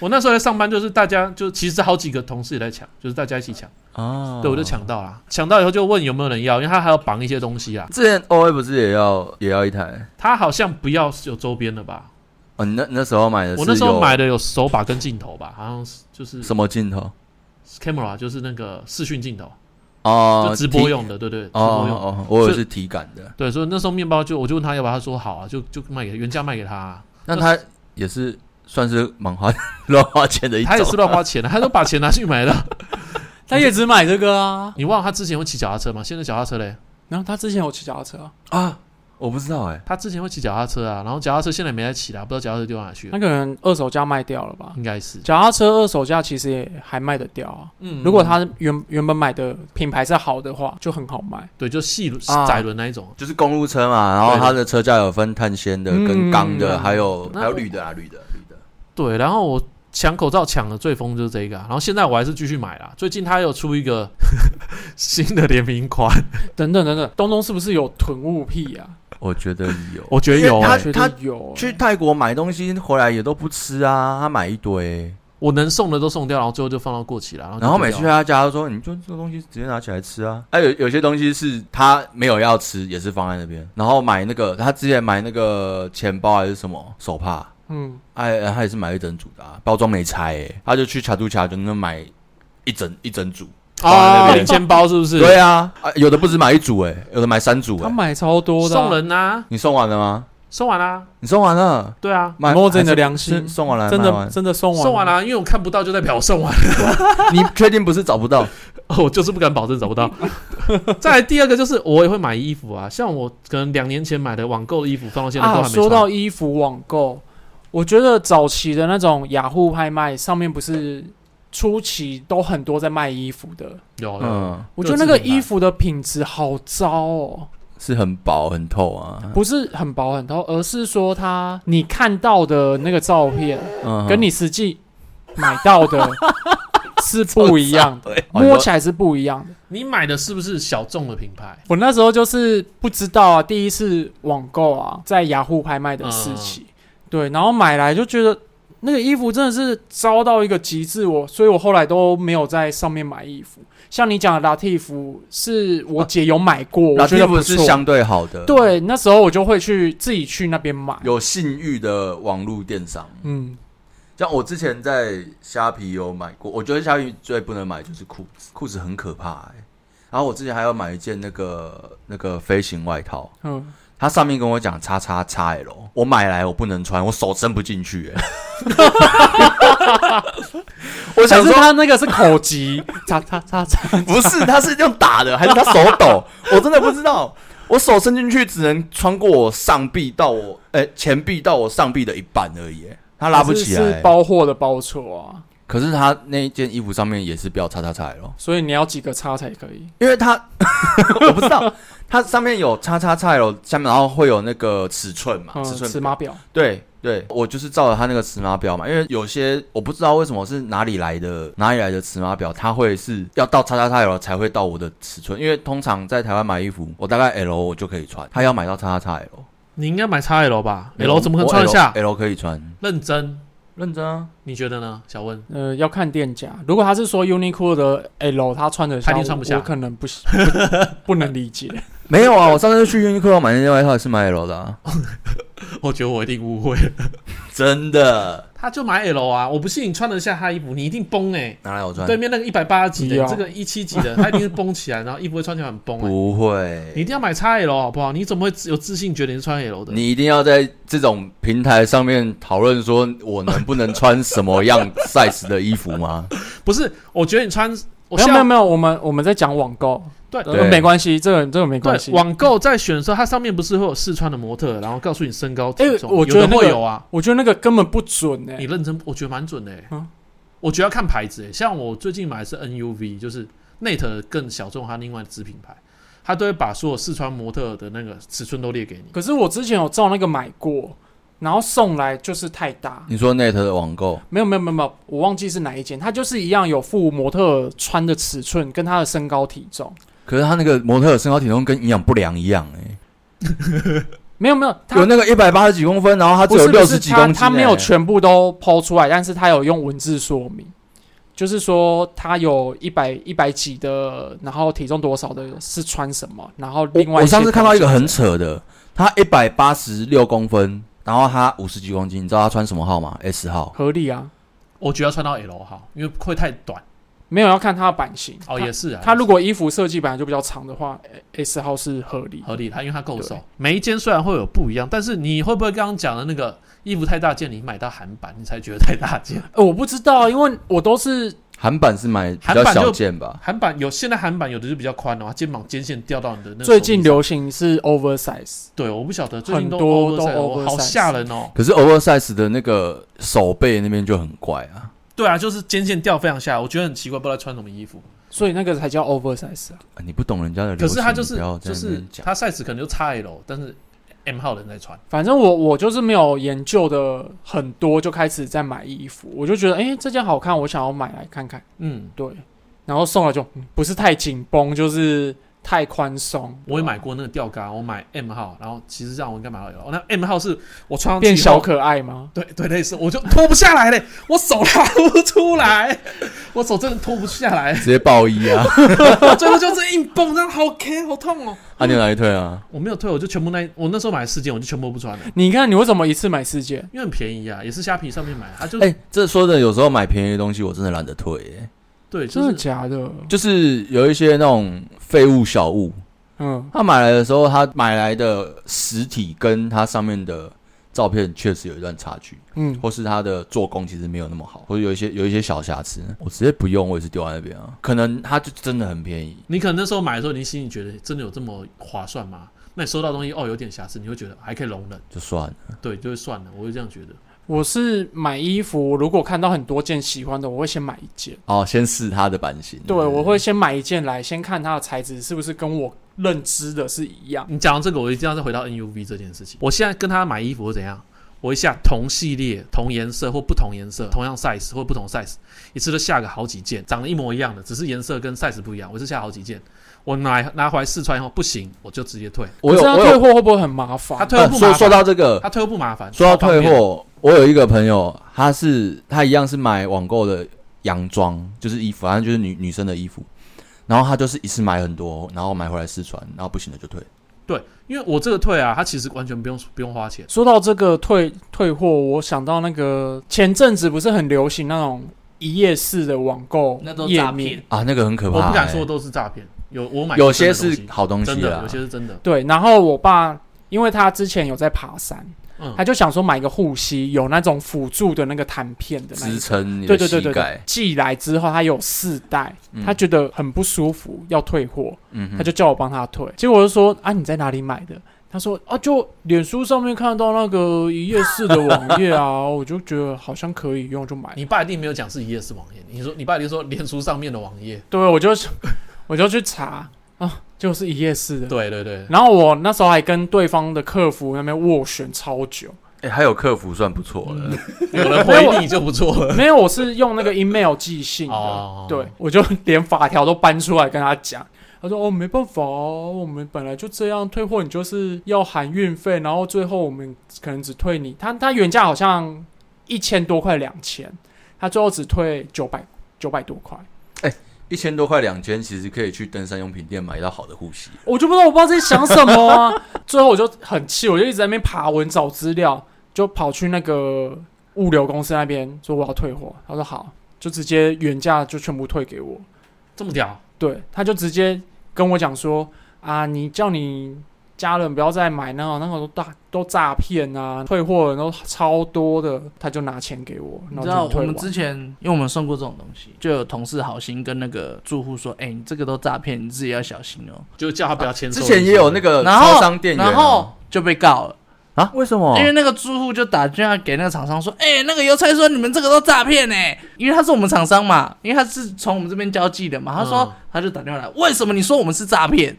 Speaker 2: 我那时候在上班，就是大家就其实好几个同事也在抢，就是大家一起抢，
Speaker 3: 啊
Speaker 2: 对我就。抢到啦。抢到以后就问有没有人要，因为他还要绑一些东西啊。
Speaker 3: 之前 O A 不是也要也要一台？
Speaker 2: 他好像不要有周边了吧？
Speaker 3: 哦，你那那时候买的是
Speaker 2: 我那时候
Speaker 3: 有
Speaker 2: 买的有手把跟镜头吧，好像是就是
Speaker 3: 什么镜头？
Speaker 2: camera，就是那个视讯镜头，
Speaker 3: 哦，
Speaker 2: 就直播
Speaker 3: 体
Speaker 2: 用的，对对，直
Speaker 3: 哦
Speaker 2: 播用。呃
Speaker 3: 哦，哦我也是体感的。
Speaker 2: 对，所以那时候面包就我就问他要不要，他说好啊，就就卖给原价卖给他啊，
Speaker 3: 那他也是算是蛮花 乱花钱的一
Speaker 2: 他也是
Speaker 3: 种。
Speaker 2: 乱花钱的，啊他都把钱拿去买了。
Speaker 4: 他也只买这个啊。
Speaker 2: 你忘了他之前会骑脚踏车吗？现在脚踏车嘞，
Speaker 4: 然后他之前有骑脚踏车啊，
Speaker 3: 啊，我不知道哎，
Speaker 2: 他之前会骑脚踏车啊，然后脚踏车现在没在骑了，不知道脚踏车丢哪去
Speaker 4: 那
Speaker 2: 了，
Speaker 4: 可能二手价卖掉了吧？
Speaker 2: 应该是。
Speaker 4: 啊脚踏车二手价其实也还卖得掉啊。
Speaker 2: 嗯
Speaker 4: 如果他原原本买的品牌是好的话，就很好卖。
Speaker 2: 对就细轮
Speaker 3: 啊
Speaker 2: 窄轮那一种，
Speaker 3: 就是公路车嘛，然后它的车架有分碳纤的、
Speaker 4: 嗯
Speaker 3: 跟钢的，
Speaker 4: 嗯
Speaker 3: 还有
Speaker 2: 那
Speaker 3: 还有铝的啊，铝的铝的。
Speaker 2: 对，然后我。抢口罩抢的最疯就是这个啊、然后现在我还是继续买啦。最近他又出一个 新的联名款，
Speaker 4: 等等等等，东东是不是有囤物癖啊？
Speaker 3: 我觉得有，
Speaker 2: 我觉得有、
Speaker 3: 因为他
Speaker 2: 欸，
Speaker 4: 觉
Speaker 3: 他
Speaker 4: 得有欸、
Speaker 3: 去泰国买东西回来也都不吃啊，他买一堆，
Speaker 2: 我能送的都送掉，然后最后就放到过期了。然
Speaker 4: 哦
Speaker 2: 后就
Speaker 3: 然后
Speaker 2: 丢
Speaker 3: 每
Speaker 2: 掉
Speaker 3: 次去他家都说，你就这个东西直接拿起来吃啊。哎、有有些东西是他没有要吃，也是放在那边。然后买那个，他之前买那个钱包还是什么手帕，
Speaker 4: 嗯，
Speaker 3: 哎、他也是买一整组的、啊，包装没拆、欸，他就去卡杜卡就那买一整一整组。啊放在那
Speaker 2: 啊，
Speaker 3: 边
Speaker 2: 零钱包是不是？
Speaker 3: 对啊，啊有的不止买一组、欸，有的买三组、
Speaker 4: 他
Speaker 3: 欸，
Speaker 4: 买超多的啊、
Speaker 2: 送人啊，
Speaker 3: 你送完了吗？
Speaker 2: 收完啦、啊
Speaker 3: 你送完了，
Speaker 2: 对啊，
Speaker 3: 买
Speaker 4: 摸着你的良
Speaker 3: 是
Speaker 4: 心，
Speaker 3: 送完了，
Speaker 4: 真
Speaker 3: 买完
Speaker 4: 的真的送完
Speaker 2: 送完啦、啊因为我看不到就代表我送完了，
Speaker 3: 你确定不是找不 到？
Speaker 2: 我就是不敢保证找不到。 再来第二个就是我也会买衣服啊，像我可能两年前买的网购的衣服，放到现在都还
Speaker 4: 啊！
Speaker 2: 没穿。
Speaker 4: 说到衣服网购，我觉得早期的那种雅虎拍卖上面不是初期都很多在卖衣服的，
Speaker 2: 有有
Speaker 3: 嗯，
Speaker 4: 我觉得那个衣服的品质好糟哦，
Speaker 3: 是很薄很透啊，
Speaker 4: 嗯不是很薄很透，而是说它你看到的那个照片
Speaker 3: 嗯，
Speaker 4: 跟你实际买 到的是不一样的，
Speaker 3: 哦
Speaker 4: 摸起来是不一样的。
Speaker 2: 你买的是不是小众的品牌？
Speaker 4: 我那时候就是不知道啊，第一次网购啊，在雅虎拍卖的事情，
Speaker 3: 嗯
Speaker 4: 对，然后买来就觉得那个衣服真的是糟到一个极致我，所以我后来都没有在上面买衣服。像你讲的拉蒂服，是我姐有买过，
Speaker 3: 拉
Speaker 4: 我觉
Speaker 3: 蒂
Speaker 4: 得不
Speaker 3: 哦夫
Speaker 4: 错
Speaker 3: 是相对好的，，
Speaker 4: 对，那时候我就会去自己去那边买，
Speaker 3: 有信誉的网络电商。
Speaker 4: 嗯，
Speaker 3: 像我之前在虾皮有买过，我觉得虾皮最不能买就是裤子，裤子很可怕、欸。然后我之前还要买一件那个那个飞行外套，
Speaker 4: 嗯，
Speaker 3: 它上面跟我讲叉叉叉 L，我买来我不能穿，我手伸不进去、欸。 我想
Speaker 4: 可
Speaker 3: 说
Speaker 4: 是他那个是口 级，叉叉叉叉，
Speaker 3: 不是，他是用打的，还是他手抖？ 我真的不知道。我手伸进去只能穿过我上臂到我呃、前臂到我上臂的一半而已、欸，它拉不起
Speaker 4: 可是
Speaker 3: 来
Speaker 4: 是。包货的包错啊，
Speaker 3: 可是他那一件衣服上面也是标叉叉叉 L。
Speaker 4: 所以你要几个叉才可以，
Speaker 3: 因为它 我不知道，它上面有叉叉叉有下面然后会有那个尺寸嘛，
Speaker 4: 嗯，
Speaker 3: 尺
Speaker 4: 尺
Speaker 3: 寸
Speaker 4: 码表，
Speaker 3: 对对，我就是照着它那个尺码表嘛，因为有些我不知道为什么是哪里来的哪里来的尺码表，它会是要到叉叉叉 L 才会到我的尺寸，因为通常在台湾买衣服，我大概 L 我就可以穿，它要买到叉叉叉 L，L
Speaker 2: 你应该买 XL 吧？L 怎么可能穿得下？
Speaker 3: ？L 可以穿，
Speaker 2: 认真，
Speaker 3: 认真啊，
Speaker 2: 你觉得呢？小温，
Speaker 4: 呃，要看店家。如果他是说 Uniqlo 的 L，他穿得下，
Speaker 2: 他一定穿不下
Speaker 4: 我可能不喜不 不能 理解。
Speaker 3: 没有啊，我上次去优衣库买那件外套也是买 L 的、啊，
Speaker 2: 我觉得我一定误会了。
Speaker 3: 真的，
Speaker 2: 他就买 L 啊，我不信你穿得下他衣服，你一定崩哎、
Speaker 3: 拿来我穿，
Speaker 2: 对面那个一百八几
Speaker 4: 不
Speaker 2: 的，
Speaker 4: 要
Speaker 2: 这个一七几的，他一定是绷起来，然后衣服会穿起来很崩、欸。
Speaker 3: 不
Speaker 2: 你一
Speaker 3: 会。
Speaker 2: 定要买 XL 好不好？你怎么会有自信觉得你是穿 L 的？
Speaker 3: 你一定要在这种平台上面讨论说，我能不能穿什么样 size 的衣服吗？
Speaker 2: 不是，我觉得你穿，我
Speaker 4: 没有没有
Speaker 2: 像
Speaker 4: 没有，我们我们在讲网购，
Speaker 2: 对
Speaker 4: 呃
Speaker 3: 对
Speaker 4: 没关系，这个这个没关系
Speaker 2: 对。网购在选的时候，它上面不是会有试穿的模特，然后告诉你身高
Speaker 4: 哎
Speaker 2: 体重，
Speaker 4: 我
Speaker 2: 有
Speaker 4: 觉得
Speaker 2: 的
Speaker 4: 那
Speaker 2: 会
Speaker 4: 个
Speaker 2: 有啊。
Speaker 4: 我觉得那个根本不准哎、
Speaker 2: 你认真，我觉得蛮准的、欸。
Speaker 4: 嗯
Speaker 2: 我觉得要看牌子、欸，像我最近买的是 NUV，就是 Net 更小众它另外的子品牌，它都会把所有试穿模特的那个尺寸都列给你。
Speaker 4: 可是我之前有照那个买过，然后送来就是太大。
Speaker 3: 你说 Net 的网购，
Speaker 4: 没有没有没有没有，我忘记是哪一件，它就是一样有附模特穿的尺寸跟她的身高体重。
Speaker 3: 可是他那个模特的身高体重跟营养不良一样、欸，
Speaker 4: 没有没有，它
Speaker 3: 有那个一百八十几公分，然后他只
Speaker 4: 不
Speaker 3: 有
Speaker 4: 是
Speaker 3: 六
Speaker 4: 不
Speaker 3: 十
Speaker 4: 是
Speaker 3: 几公
Speaker 4: 他
Speaker 3: 斤、欸
Speaker 4: 他没有，全部都抛出来，但是他有用文字说明，就是说他有一百一百几的，然后体重多少的是穿什么，然后另
Speaker 3: 我
Speaker 4: 外
Speaker 3: 我上次看到一个很
Speaker 4: 扯，
Speaker 3: 扯的，他一百八十六公分，然后他五十几公斤，你知道他穿什么号吗？S 号。
Speaker 4: 合理啊，
Speaker 2: 我觉得要穿到 L 号，因为会太短。
Speaker 4: 没有要看他的版型
Speaker 2: 哦，
Speaker 4: 他
Speaker 2: 也是啊，
Speaker 4: 他
Speaker 2: 也是
Speaker 4: 如果衣服设计本来就比较长的话，S 号是合理的。
Speaker 2: 合理，它因为它够瘦
Speaker 4: 对。
Speaker 2: 每一间虽然会有不一样，但是你会不会刚刚讲的那个衣服太大件，你买到韩版，你才觉得太大件？
Speaker 4: 呃，我不知道，因为我都是
Speaker 3: 韩版是买比
Speaker 2: 韩
Speaker 3: 较
Speaker 2: 版就
Speaker 3: 小件吧？
Speaker 2: 韩版有现在韩版有的就比较宽哦，它肩膀肩线掉到你的那个手
Speaker 4: 最
Speaker 2: 臂
Speaker 4: 近
Speaker 2: 上
Speaker 4: 流行是 oversize，
Speaker 2: 对，我不晓得最近都
Speaker 4: 很多
Speaker 2: oversize，
Speaker 4: 都
Speaker 2: 哦好
Speaker 4: oversize
Speaker 2: 吓人哦。
Speaker 3: 可是 oversize 的那个手背那边就很怪啊。
Speaker 2: 对啊，就是肩线掉非常下来，我觉得很奇怪，不知道穿什么衣服。
Speaker 4: 所以那个才叫 oversize 啊。
Speaker 3: 啊你不懂人家的流
Speaker 2: 可
Speaker 3: 行，
Speaker 2: 是它就
Speaker 3: 你
Speaker 2: 是
Speaker 3: 不要在
Speaker 2: 就
Speaker 3: 那
Speaker 2: 是
Speaker 3: 边讲。
Speaker 2: 它 size 可能就 XL，但是 M 号的人在穿。
Speaker 4: 反正我我就是没有研究的很多，就开始在买衣服，我就觉得哎、诶这件好看，我想要买来看看。
Speaker 2: 嗯，
Speaker 4: 对，然后送来就嗯不是太紧绷，就是太宽松。
Speaker 2: 我也买过那个吊嘎，我买 M 号，然后其实这样我应该买到 L。那 M 号是我穿上去以
Speaker 4: 变
Speaker 2: 后
Speaker 4: 小可爱吗？
Speaker 2: 对对，类似，我就脱不下来嘞， 我手拉不出来，我手真的脱不下来，
Speaker 3: 直接爆衣啊！
Speaker 2: 我最后就是硬绷，这样好 K，好痛哦。
Speaker 3: 啊，你有哪一退啊？
Speaker 2: 我没有退，我就全部那一我那时候买四件，我就全部不穿了，
Speaker 4: 你看你为什么一次买四件？
Speaker 2: 因为很便宜啊，也是虾皮上面买，它就、
Speaker 3: 哎、这说的有时候买便宜的东西，我真的懒得退、欸。
Speaker 2: 对，就
Speaker 4: 真的
Speaker 2: 是
Speaker 4: 假的？
Speaker 3: 就是有一些那种废物小物，
Speaker 4: 嗯，
Speaker 3: 他买来的时候，他买来的实体跟他上面的照片确实有一段差距，
Speaker 4: 嗯，
Speaker 3: 或是他的做工其实没有那么好，或者有一些有一些小瑕疵。我直接不用，我也是丢在那边啊。可能它就真的很便宜，
Speaker 2: 你可能那时候买的时候，你心里觉得真的有这么划算吗？那你收到东西哦，有点瑕疵，你会觉得还可以容忍，
Speaker 3: 就算了。
Speaker 2: 对，就会算了，我会这样觉得。
Speaker 4: 我是买衣服，如果看到很多件喜欢的，我会先买一件。
Speaker 2: 嗯
Speaker 3: 哦，先试它的版型。
Speaker 4: 对，我会先买一件来，先看它的材质是不是跟我认知的是一样。
Speaker 2: 你讲到这个，我一定要再回到 NUV 这件事情。我现在跟他买衣服是怎样？我一下同系列、同颜色或不同颜色、同样 size 或不同 size，一次都下个好几件，长得一模一样的，只是颜色跟 size 不一样。我是下好几件，我拿拿回来试穿以后不行，我就直接退。
Speaker 3: 我有
Speaker 4: 这样
Speaker 3: 我
Speaker 4: 退
Speaker 3: 有。呃
Speaker 4: 货会不会很麻
Speaker 2: 他
Speaker 4: 烦？
Speaker 2: 退货不麻
Speaker 3: 说
Speaker 2: 烦，
Speaker 3: 啊说到这个，
Speaker 2: 他退货不麻烦，
Speaker 3: 说到
Speaker 2: 超方
Speaker 3: 退
Speaker 2: 便，
Speaker 3: 货，我有一个朋友，他是他一样是买网购的洋装，就是衣服，反正就是女女生的衣服。然后他就是一次买很多，然后买回来试穿，然后不行了就退。
Speaker 2: 对，因为我这个退啊，他其实完全不用不用花钱。
Speaker 4: 说到这个退退货，我想到那个前阵子不是很流行那种一页式的网购
Speaker 1: 那都
Speaker 4: 页
Speaker 1: 诈
Speaker 4: 面
Speaker 1: 骗，，
Speaker 3: 啊，那个很可怕、
Speaker 2: 我不敢
Speaker 3: 欸
Speaker 2: 说都是诈骗，有我买
Speaker 3: 有
Speaker 2: 过真
Speaker 3: 些
Speaker 2: 的东
Speaker 3: 是
Speaker 2: 西
Speaker 3: 好东
Speaker 2: 真
Speaker 3: 西啊
Speaker 2: 的，
Speaker 3: 啦
Speaker 2: 有，些是真的。
Speaker 4: 对，然后我爸因为他之前有在爬山，
Speaker 2: 嗯
Speaker 4: 他就想说买个护膝，有那种辅助的那个弹片的那一
Speaker 3: 支
Speaker 4: 种。
Speaker 3: 撑你
Speaker 4: 对
Speaker 3: 的
Speaker 4: 对对
Speaker 3: 膝
Speaker 4: 对对
Speaker 3: 盖，，
Speaker 4: 寄来之后他有四袋，
Speaker 3: 嗯
Speaker 4: 他觉得很不舒服，要退货，
Speaker 3: 嗯哼，
Speaker 4: 他就叫我帮他退。结果我就说啊，你在哪里买的？他说啊，就脸书上面看到那个一页式的网页啊，我就觉得好像可以用，就买了。
Speaker 2: 你爸一定没有讲是一页式网页，你说你爸一定说脸书上面的网页。
Speaker 4: 对，我就 我就去查啊，就是一页式的。
Speaker 2: 对对对，
Speaker 4: 然后我那时候还跟对方的客服那边斡旋超久，
Speaker 3: 哎、还有客服算不错了。
Speaker 2: 嗯有 人回你就不错了。
Speaker 4: 没有，我是用那个 email 寄信的，
Speaker 2: 哦
Speaker 4: 对，我就 连法条都搬出来跟他讲。他说：“哦，没办法哦，我们本来就这样，退货你就是要含运费，然后最后我们可能只退你。他他原价好像一千多块两千，他最后只退九百九百多块，
Speaker 3: 一千多块两千，其实可以去登山用品店买到好的护膝。
Speaker 4: 我就不知道我不知道在想什么啊。 最后我就很气，我就一直在那边爬文找资料，就跑去那个物流公司那边说我要退货。他说好，就直接原价就全部退给我。
Speaker 2: 这么屌，
Speaker 4: 对，他就直接跟我讲说啊，你叫你家人不要再买那种那种都大都诈骗啊，退货人都超多的，他就拿钱给我，
Speaker 1: 你
Speaker 4: 然
Speaker 1: 知道
Speaker 4: 后就
Speaker 1: 我
Speaker 4: 退
Speaker 1: 们
Speaker 4: 完。
Speaker 1: 之前，因为我们送过这种东西，就有同事好心跟那个住户说：“哎、你这个都诈骗，你自己要小心哦。
Speaker 2: 就叫他不要签售。
Speaker 3: 啊之前也有那个
Speaker 1: 然后
Speaker 3: 超商店员啊、
Speaker 1: 然后就被告了，
Speaker 3: 啊，为什
Speaker 2: 哦
Speaker 3: 么？
Speaker 1: 因为那个住户就打电话给那个厂商说：“哎、那个邮差说你们这个都诈骗呢，因为他是我们厂商嘛，因为他是从我们这边交际的嘛。”他说、
Speaker 2: 嗯
Speaker 1: 他就打电话来，为什么你说我们是诈骗？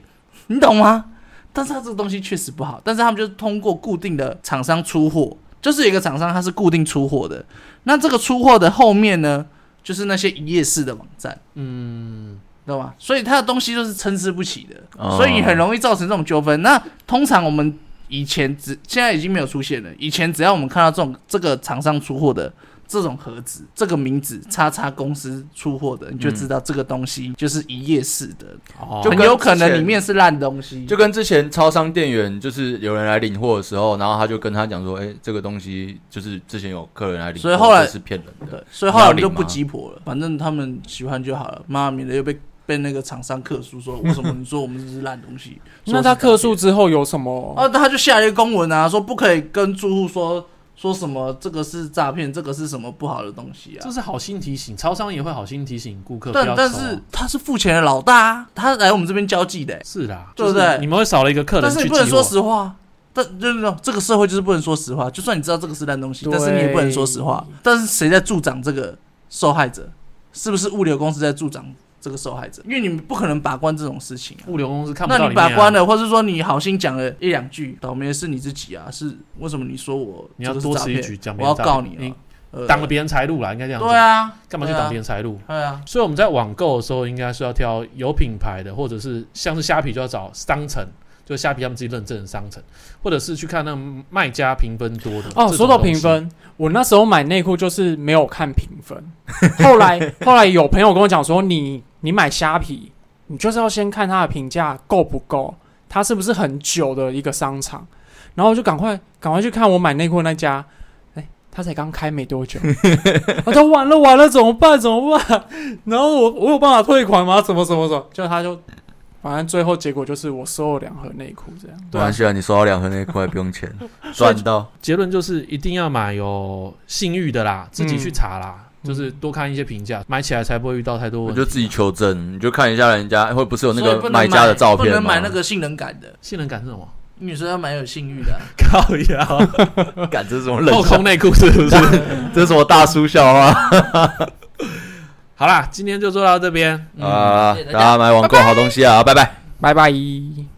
Speaker 1: 你懂吗？但是他这个东西确实不好，但是他们就是通过固定的厂商出货，就是有一个厂商他是固定出货的，那这个出货的后面呢，就是那些一页式的网站。
Speaker 2: 嗯，
Speaker 1: 知道吗？所以它的东西就是参差不齐的，
Speaker 3: 哦
Speaker 1: 所以很容易造成这种纠纷。那通常我们以前只现在已经没有出现了，以前只要我们看到这种这个厂商出货的这种盒子、这个名字“叉叉公司”出货的，你就知道这个东西就是一页式的，
Speaker 2: 哦
Speaker 3: 就
Speaker 1: 很
Speaker 3: 跟
Speaker 1: 有可能
Speaker 3: 之前
Speaker 1: 里面是烂东西。
Speaker 3: 就跟之前超商店员，就是有人来领货的时候，然后他就跟他讲说：“哎、这个东西就是之前有客人来领货，
Speaker 1: 所以后来
Speaker 3: 这是骗人的。
Speaker 1: 对，啊所以后来我们
Speaker 3: 你
Speaker 1: 就
Speaker 3: 要领吗
Speaker 1: 不鸡婆了，反正他们喜欢就好了，妈免得又被被那个厂商客诉说为什么你说我们这是烂东 西。
Speaker 4: 那他客
Speaker 1: 诉。
Speaker 4: 诉之后有什么？
Speaker 1: 哦，他就下了一个公文啊，说不可以跟住户说说什么这个是诈骗，这个是什么不好的东西啊
Speaker 2: 这。是好心提醒，超商也会好心提醒顾客不
Speaker 1: 但
Speaker 2: 要
Speaker 1: 但
Speaker 2: 收
Speaker 1: 是
Speaker 2: 啊
Speaker 1: 他是付钱的老大、啊，他来我们这边交际的欸、
Speaker 2: 是啦，
Speaker 1: 对不
Speaker 2: 就是
Speaker 1: 对
Speaker 2: 你们会少了一个客人
Speaker 1: 但是
Speaker 2: 去
Speaker 1: 你不能
Speaker 2: 寄
Speaker 1: 说
Speaker 2: 货
Speaker 1: 实话。但就是那种这个社会就是不能说实话，就算你知道这个是烂东西，但是你也不能说实话。但是谁在助长这个受害者？是不是物流公司在助长这个受害者？因为你们不可能把关这种事情啊。
Speaker 2: 物流公司看不
Speaker 1: 那
Speaker 2: 到
Speaker 1: 你
Speaker 2: 面啊
Speaker 1: 把关，了，或是说你好心讲了一两句，倒霉的是你自己啊！是为什么你说我
Speaker 2: 你要
Speaker 1: 这个是
Speaker 2: 多
Speaker 1: 诈
Speaker 2: 此一
Speaker 1: 骗
Speaker 2: 举，讲
Speaker 1: 我
Speaker 2: 别
Speaker 1: 要
Speaker 2: 人诈
Speaker 1: 告
Speaker 2: 骗
Speaker 1: 你啊，呃
Speaker 2: 挡了别人财路啦，应该这样讲
Speaker 1: 对，啊，
Speaker 2: 干嘛去挡别
Speaker 1: 人？
Speaker 2: 人财路？
Speaker 1: 对啊，
Speaker 2: 所以我们在网购的时候，应该是要挑有品牌的，或者是像是虾皮就要找商城，就虾皮他们自己认证的商城，或者是去看那种卖家评分多的。这
Speaker 4: 哦，
Speaker 2: 种
Speaker 4: 说到
Speaker 2: 东西
Speaker 4: 评，分，我那时候买内裤就是没有看评分， 后来后来有朋友跟我讲说，你你买虾皮，你就是要先看它的评价够不够，它是不是很久的一个商场，然后我就赶快赶快去看我买内裤那家。哎，他才刚开没 多久，我说完了完了，怎么办？怎么办？然后我我有办法退款吗？怎么怎么怎么？就他就反正最后结果就是我收了两盒内裤这样。
Speaker 3: 没
Speaker 2: 对啊
Speaker 3: 关系啊，你收到两盒内裤还不用钱，赚到。
Speaker 2: 结论就是一定要买有信誉的啦，自己去查啦，
Speaker 4: 嗯
Speaker 2: 就是多看一些评价，买起来才不会遇到太多
Speaker 3: 我
Speaker 2: 问
Speaker 3: 就
Speaker 2: 题。
Speaker 3: 自己求证，你就看一下人家哎会不是有那
Speaker 1: 所以
Speaker 3: 个
Speaker 1: 不能
Speaker 3: 买家的照片
Speaker 1: 不能
Speaker 3: 吗
Speaker 1: 买那个性能感的，
Speaker 2: 信任感是什么？
Speaker 1: 女生要蛮有性欲的啊、
Speaker 2: 靠呀，
Speaker 3: 感，这是什 么
Speaker 2: 后
Speaker 3: 冷笑
Speaker 2: 空？内裤是不 是？
Speaker 3: 这是什么大叔笑话
Speaker 2: 好啦，今天就做到这边。
Speaker 1: 嗯
Speaker 3: 啊
Speaker 1: 谢谢？大
Speaker 3: 大
Speaker 1: 家
Speaker 3: 家买网购好东西啊，拜拜。
Speaker 4: 拜拜。